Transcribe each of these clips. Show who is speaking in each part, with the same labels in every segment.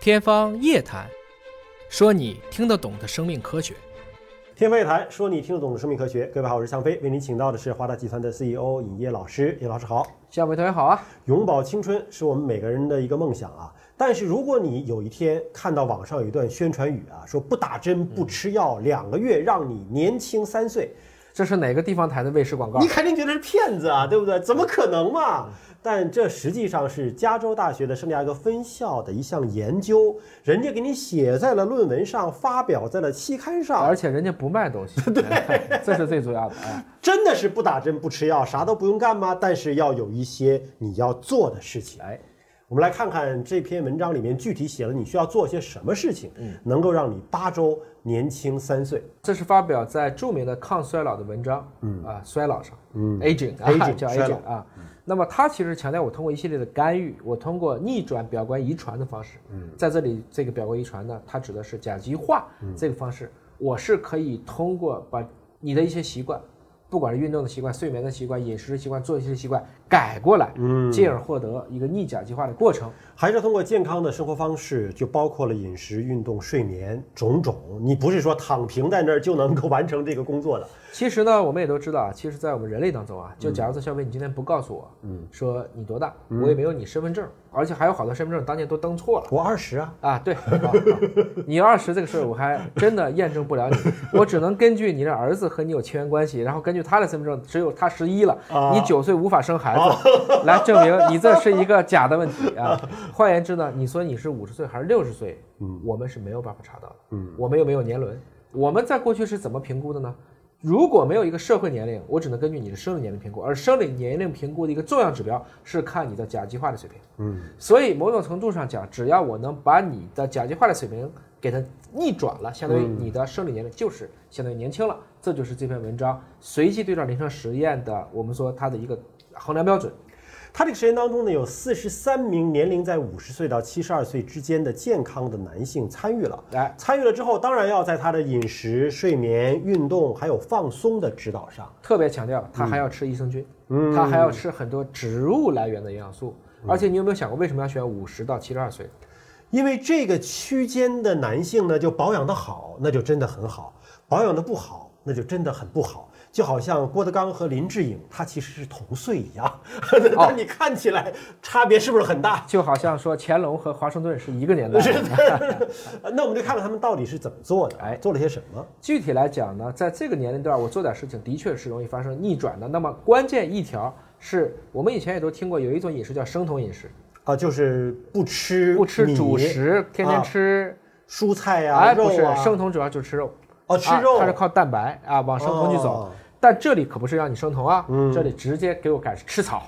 Speaker 1: 天方夜谭，说你听得懂的生命科学。
Speaker 2: 天方夜谭，说你听得懂的生命科学。各位好，我是向飞，为您请到的是华大集团的 CEO 尹烨老师。尹老师好，
Speaker 3: 小伟同学好啊！
Speaker 2: 永葆青春是我们每个人的一个梦想啊。但是如果你有一天看到网上有一段宣传语啊，说不打针不吃药，两个月让你年轻三岁，
Speaker 3: 这是哪个地方台的卫视广告
Speaker 2: 你？肯定觉得是骗子啊，对不对？怎么可能嘛？但这实际上是加州大学的圣地亚哥分校的一项研究，人家给你写在了论文上，发表在了期刊上，
Speaker 3: 而且人家不卖东西，对，这是最主要的。哎，
Speaker 2: 真的是不打针不吃药，啥都不用干吗？但是要有一些你要做的事情。
Speaker 3: 哎，
Speaker 2: 我们来看看这篇文章里面具体写了你需要做些什么事情，能够让你八周年轻三岁。
Speaker 3: 这是发表在著名的抗衰老的文章，嗯啊，衰老上，嗯，aging 啊
Speaker 2: aging，
Speaker 3: 叫
Speaker 2: 衰老
Speaker 3: aging 啊。那么它其实强调我通过一系列的干预，我通过逆转表观遗传的方式，嗯，在这里这个表观遗传呢，它指的是甲基化这个方式，我是可以通过把你的一些习惯。不管是运动的习惯、睡眠的习惯、饮食的习惯、作息的习惯改过来，嗯，进而获得一个逆甲基化的过程。
Speaker 2: 还是通过健康的生活方式，就包括了饮食、运动、睡眠种种。你不是说躺平在那儿就能够完成这个工作的。
Speaker 3: 其实呢，我们也都知道啊，其实，在我们人类当中啊，就假如说小伟，你今天不告诉我，嗯，说你多大，我也没有你身份证，而且还有好多身份证当年都登错了。
Speaker 2: 我二十啊，
Speaker 3: 啊，对，好好你二十这个事儿，我还真的验证不了你，我只能根据你的儿子和你有亲缘关系，然后根据他的身份证，只有他十一了，你九岁无法生孩子，来证明你这是一个假的问题啊。换言之呢，你说你是五十岁还是六十岁，我们是没有办法查到的，我们又没有年轮，我们在过去是怎么评估的呢？如果没有一个社会年龄，我只能根据你的生理年龄评估，而生理年龄评估的一个重要指标是看你的甲基化的水平。嗯，所以某种程度上讲，只要我能把你的甲基化的水平给它逆转了，相当于你的生理年龄就是相当于年轻了，这就是这篇文章随机对照临床实验的我们说它的一个衡量标准。
Speaker 2: 他这个实验当中呢，有四十三名年龄在五十岁到七十二岁之间的健康的男性参与了。
Speaker 3: 哎，
Speaker 2: 参与了之后，当然要在他的饮食、睡眠、运动还有放松的指导上。
Speaker 3: 特别强调，它还要吃益生菌，它还要吃很多植物来源的营养素。而且你有没有想过，为什么要选五十到七十二岁？
Speaker 2: 因为这个区间的男性呢，就保养得好，那就真的很好；保养得不好，那就真的很不好。就好像郭德纲和林志颖，他其实是同岁一样，
Speaker 3: 哦
Speaker 2: 但你看起来差别是不是很大？
Speaker 3: 就好像说乾隆和华盛顿是一个年代。
Speaker 2: 那我们就看看他们到底是怎么做的，
Speaker 3: 哎
Speaker 2: 做了些什么。
Speaker 3: 具体来讲呢，在这个年龄段，我做点事情的确是容易发生逆转的。那么关键一条是我们以前也都听过，有一种饮食叫生酮饮食，
Speaker 2: 啊，就是不吃
Speaker 3: 不吃主
Speaker 2: 米
Speaker 3: 食，天天
Speaker 2: 啊
Speaker 3: 吃，
Speaker 2: 蔬菜呀、
Speaker 3: 哎，
Speaker 2: 肉
Speaker 3: 不是
Speaker 2: 啊，
Speaker 3: 生酮主要就是吃肉，
Speaker 2: 哦，吃肉
Speaker 3: 啊，它是靠蛋白啊往生酮去走
Speaker 2: 哦。嗯
Speaker 3: 但这里可不是让你生酮啊，这里直接给我改吃草，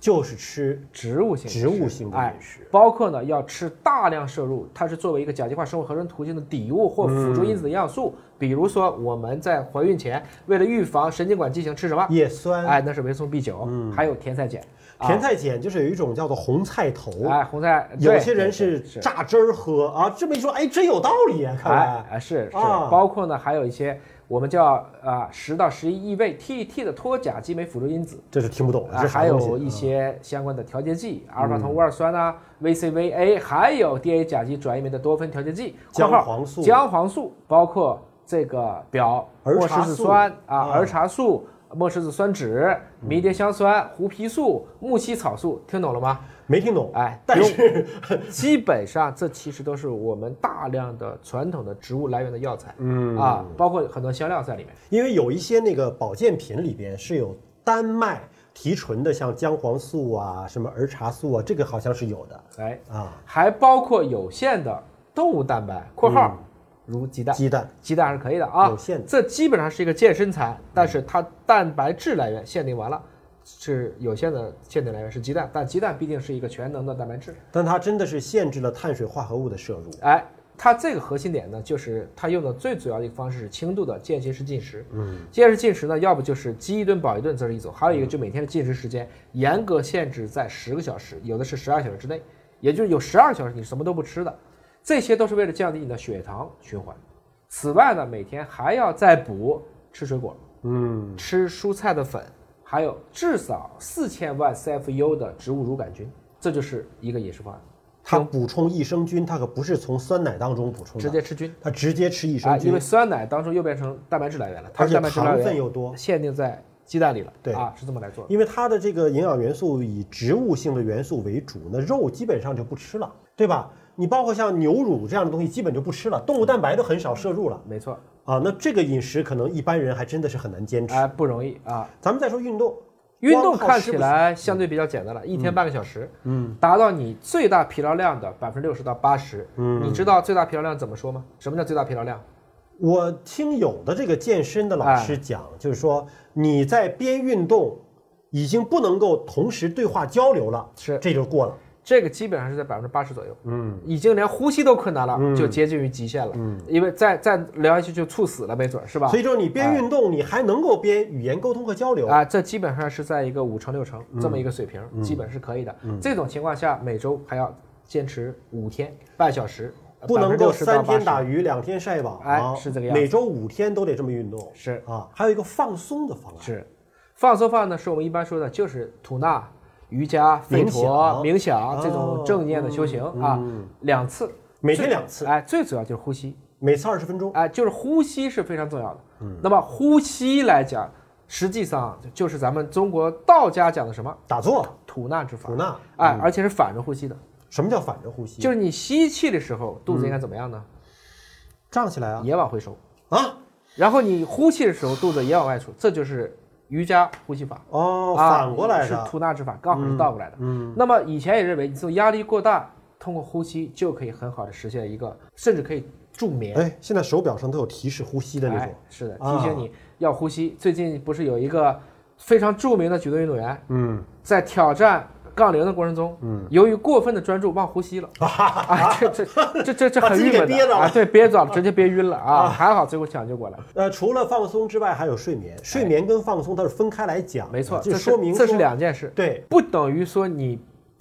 Speaker 2: 就是吃
Speaker 3: 植物性饮食
Speaker 2: 植物性的饮食
Speaker 3: 哎，包括呢要吃大量摄入，它是作为一个甲基化生物合成途径的底物或辅助因子的营养素。比如说我们在怀孕前，为了预防神经管畸形，吃什么？
Speaker 2: 叶酸。
Speaker 3: 哎，那是维生素 B 九、
Speaker 2: 嗯
Speaker 3: 还有甜菜碱，啊
Speaker 2: 甜菜碱就是有一种叫做红菜头，
Speaker 3: 哎，红菜。
Speaker 2: 哦有
Speaker 3: 对
Speaker 2: 些人
Speaker 3: 对
Speaker 2: 是
Speaker 3: 是
Speaker 2: 榨汁儿喝啊。这么一说，哎，真有道理啊！看
Speaker 3: 哎
Speaker 2: 来，
Speaker 3: 哎是是、
Speaker 2: 啊
Speaker 3: 包括呢还有一些我们叫啊十、到十一亿位 TET 的脱甲基酶辅助因子，
Speaker 2: 这是听不懂了，
Speaker 3: 啊，
Speaker 2: 哦这啥
Speaker 3: 还
Speaker 2: 东西嗯
Speaker 3: 有一些相关的调节剂，阿尔法酮戊二酸啊、VCVA，还有 DA 甲基转移酶的多酚调节剂，
Speaker 2: 姜
Speaker 3: 括号
Speaker 2: 黄素
Speaker 3: 姜黄素，包括这个表
Speaker 2: 儿
Speaker 3: 莫
Speaker 2: 茶
Speaker 3: 氏子
Speaker 2: 素
Speaker 3: 酸啊、
Speaker 2: 啊
Speaker 3: 儿茶素、莫氏子酸酯、迷迭香酸、胡皮素、木樨草素，听懂了吗？
Speaker 2: 没听懂。
Speaker 3: 哎，
Speaker 2: 但
Speaker 3: 不
Speaker 2: 是
Speaker 3: 用基本上这其实都是我们大量的传统的植物来源的药材，嗯啊，包括很多香料在里面。
Speaker 2: 因为有一些那个保健品里边是有丹麦提纯的，像姜黄素啊、什么儿茶素啊，这个好像是有的
Speaker 3: 哎，
Speaker 2: 啊。
Speaker 3: 还包括有限的动物蛋白（括号）如鸡蛋。
Speaker 2: 鸡蛋
Speaker 3: 鸡蛋还是可以的啊，
Speaker 2: 嗯有限的
Speaker 3: 这基本上是一个健身餐，但是它蛋白质来源限定完了，是有限的限定来源是鸡蛋，但鸡蛋毕竟是一个全能的蛋白质。
Speaker 2: 但它真的是限制了碳水化合物的摄入。
Speaker 3: 哎，它这个核心点呢，就是它用的最主要的一个方式是轻度的间歇式进食。嗯，间歇式进食呢，要不就是饥一顿饱一顿，这是一种；还有一个就每天的进食时间严格限制在十个小时，有的是十二小时之内，也就是有十二小时你什么都不吃的，这些都是为了降低你的血糖循环。此外呢，每天还要再补吃水果，嗯，吃蔬菜的粉，还有至少四千万 CFU 的植物乳杆菌，这就是一个饮食方案。
Speaker 2: 它补充益生菌，它可不是从酸奶当中补充的，
Speaker 3: 直接吃菌
Speaker 2: 它直接吃益
Speaker 3: 啊，
Speaker 2: 生
Speaker 3: 因为
Speaker 2: 菌，
Speaker 3: 酸奶当中又变成蛋白质来源了，它
Speaker 2: 而
Speaker 3: 是
Speaker 2: 且
Speaker 3: 蛋白质来
Speaker 2: 糖分
Speaker 3: 源
Speaker 2: 又多，
Speaker 3: 限定在鸡蛋里了，
Speaker 2: 对
Speaker 3: 啊，是这么来做的。
Speaker 2: 因为它的这个营养元素以植物性的元素为主，那肉基本上就不吃了，对吧？你包括像牛乳这样的东西，基本就不吃了，动物蛋白都很少摄入了
Speaker 3: 没错，
Speaker 2: 啊。那这个饮食可能一般人还真的是很难坚持。
Speaker 3: 哎，不容易啊。
Speaker 2: 咱们再说运动，
Speaker 3: 运动
Speaker 2: 光靠
Speaker 3: 看
Speaker 2: 吃
Speaker 3: 起
Speaker 2: 不行嗯
Speaker 3: 来相对比较简单了，一天半个小时，嗯，达到你最大疲劳量的百分之六十到八十。嗯，你知道最大疲劳量怎么说吗？什么叫最大疲劳量？
Speaker 2: 我听有的这个健身的老
Speaker 3: 哎
Speaker 2: 师讲，就是说你在边运动，已经不能够同时对话交流了，
Speaker 3: 是
Speaker 2: 这就过了。
Speaker 3: 这个基本上是在百分之八十左右，
Speaker 2: 嗯，
Speaker 3: 已经连呼吸都困难了，就接近于极限了。嗯，因为再再聊下去就猝死了，没准儿是吧哎
Speaker 2: 所？以说你边运动，你还能够边语言沟通和交流。
Speaker 3: 啊，这基本上是在一个五成六成这
Speaker 2: 嗯
Speaker 3: 么一个水平，基本是可以的。这种情况下，每周还要坚持五天半小时，
Speaker 2: 不能够
Speaker 3: 60%到
Speaker 2: 三天打
Speaker 3: 80%。
Speaker 2: 鱼两天晒网，
Speaker 3: 哎
Speaker 2: 啊
Speaker 3: 是这个样子
Speaker 2: 每周五天都得这么运动，
Speaker 3: 是
Speaker 2: 啊，还有一个放松的方案，
Speaker 3: 是，放松放呢，是我们一般说的，就是吐纳、瑜伽、吠
Speaker 2: 冥
Speaker 3: 陀、
Speaker 2: 想
Speaker 3: 冥想这
Speaker 2: 哦嗯
Speaker 3: 种正念的修行啊，两次，
Speaker 2: 每天两次，
Speaker 3: 哎，最主要就是呼吸，
Speaker 2: 每次二十分钟。
Speaker 3: 哎，就是呼吸是非常重要的。
Speaker 2: 嗯
Speaker 3: 那么呼吸来讲，实际上就是咱们中国道家讲的什么
Speaker 2: 打坐、
Speaker 3: 吐纳之法
Speaker 2: 吐，纳，嗯
Speaker 3: 哎，而且是反着呼吸的，
Speaker 2: 什么叫反着呼吸？
Speaker 3: 就是你吸气的时候，肚子应该怎么样呢？
Speaker 2: 胀起来啊
Speaker 3: 也往回收，
Speaker 2: 啊！
Speaker 3: 然后你呼气的时候，肚子也往外出，这就是瑜伽呼吸法。
Speaker 2: 哦，
Speaker 3: 啊
Speaker 2: 反过来
Speaker 3: 是
Speaker 2: 的，
Speaker 3: 吐纳之法，刚好是倒过来的。嗯，那么以前也认为，你从压力过大，通过呼吸就可以很好的实现一个，甚至可以助眠。
Speaker 2: 哎，现在手表上都有提示呼吸的那种
Speaker 3: 哎，是的，
Speaker 2: 啊
Speaker 3: 提醒你要呼吸。最近不是有一个非常著名的举重运动员，嗯，在挑战杠铃的过程中，嗯，由于过分的专注忘呼吸了，啊，这这这这这
Speaker 2: 把
Speaker 3: 很
Speaker 2: 自己
Speaker 3: 郁
Speaker 2: 给
Speaker 3: 闷
Speaker 2: 憋着
Speaker 3: 的啊，
Speaker 2: 了
Speaker 3: 对，憋着了，直接憋晕 了啊，还好最后抢救过来了。
Speaker 2: 呃，除了放松之外，还有睡眠。睡眠跟放松它是分开来讲的，
Speaker 3: 哎没错，
Speaker 2: 就
Speaker 3: 这是
Speaker 2: 啊说明
Speaker 3: 这是
Speaker 2: 说
Speaker 3: 两件事，
Speaker 2: 对
Speaker 3: 不等于说你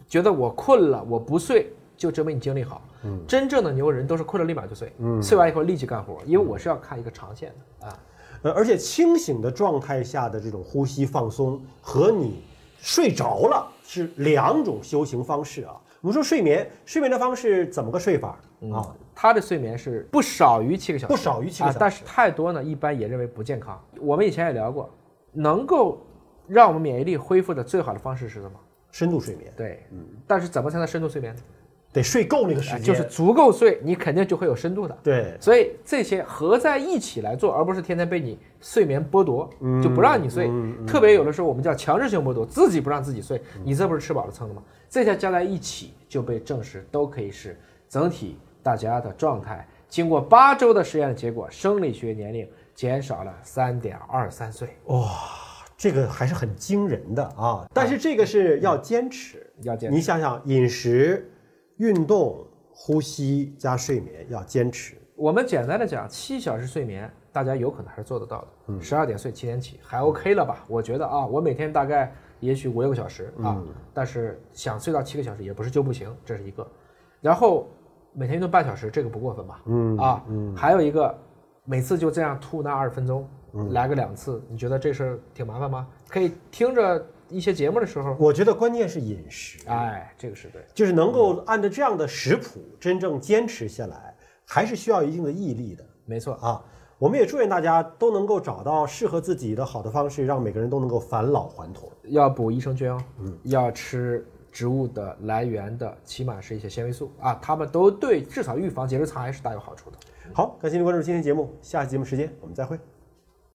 Speaker 3: 觉得我困了，我不睡，就证明你精力好。嗯，真正的牛人都是困了立马就睡，嗯，睡完以后立即干活，因为我是要看一个长线的啊。
Speaker 2: 呃，而且清醒的状态下的这种呼吸放松和你睡着了是两种修行方式啊。我们说睡眠，睡眠的方式怎么个睡法
Speaker 3: 嗯
Speaker 2: 啊？
Speaker 3: 他的睡眠是不少于七个小时，
Speaker 2: 不少于七个小
Speaker 3: 啊
Speaker 2: 时，
Speaker 3: 但是太多呢，一般也认为不健康。我们以前也聊过，能够让我们免疫力恢复的最好的方式是什么？
Speaker 2: 深度睡眠
Speaker 3: 对，嗯，但是怎么才能深度睡眠呢？
Speaker 2: 得睡够那个时
Speaker 3: 啊
Speaker 2: 间，
Speaker 3: 就是足够睡，你肯定就会有深度的。
Speaker 2: 对。
Speaker 3: 所以这些合在一起来做，而不是天天被你睡眠剥夺，就不让你睡。特别有的时候我们叫强制性剥夺，自己不让自己睡，你这不是吃饱了撑的吗？这些加在一起就被证实都可以使整体大家的状态经过八周的实验的结果，生理学年龄减少了三点二三岁。
Speaker 2: 这个还是很惊人的啊！但是这个是要坚持，
Speaker 3: 要嗯坚
Speaker 2: 你想想，饮食、运动、呼吸加睡眠要坚持，
Speaker 3: 我们简单的讲，七小时睡眠，大家有可能还是做得到的。十二点睡，七点起，还 OK 了吧？我觉得啊，我每天大概也许五六个小时啊，但是想睡到七个小时也不是就不行，这是一个。然后每天运动半小时，这个不过分吧？嗯啊，还有一个，每次就这样吐纳二十分钟，来个两次，你觉得这事儿挺麻烦吗？可以听着一些节目的时候，
Speaker 2: 我觉得关键是饮食。
Speaker 3: 哎，这个是对的。
Speaker 2: 就是能够按照这样的食谱真正坚持下来，还是需要一定的毅力的
Speaker 3: 没错，
Speaker 2: 啊。我们也祝愿大家都能够找到适合自己的好的方式，让每个人都能够返老还童。
Speaker 3: 要补益生菌哦，要吃植物的来源的，起码是一些纤维素啊，它们都对至少预防结直肠癌是大有好处的。
Speaker 2: 好，感谢您关注今天节目，下期节目时间我们再会。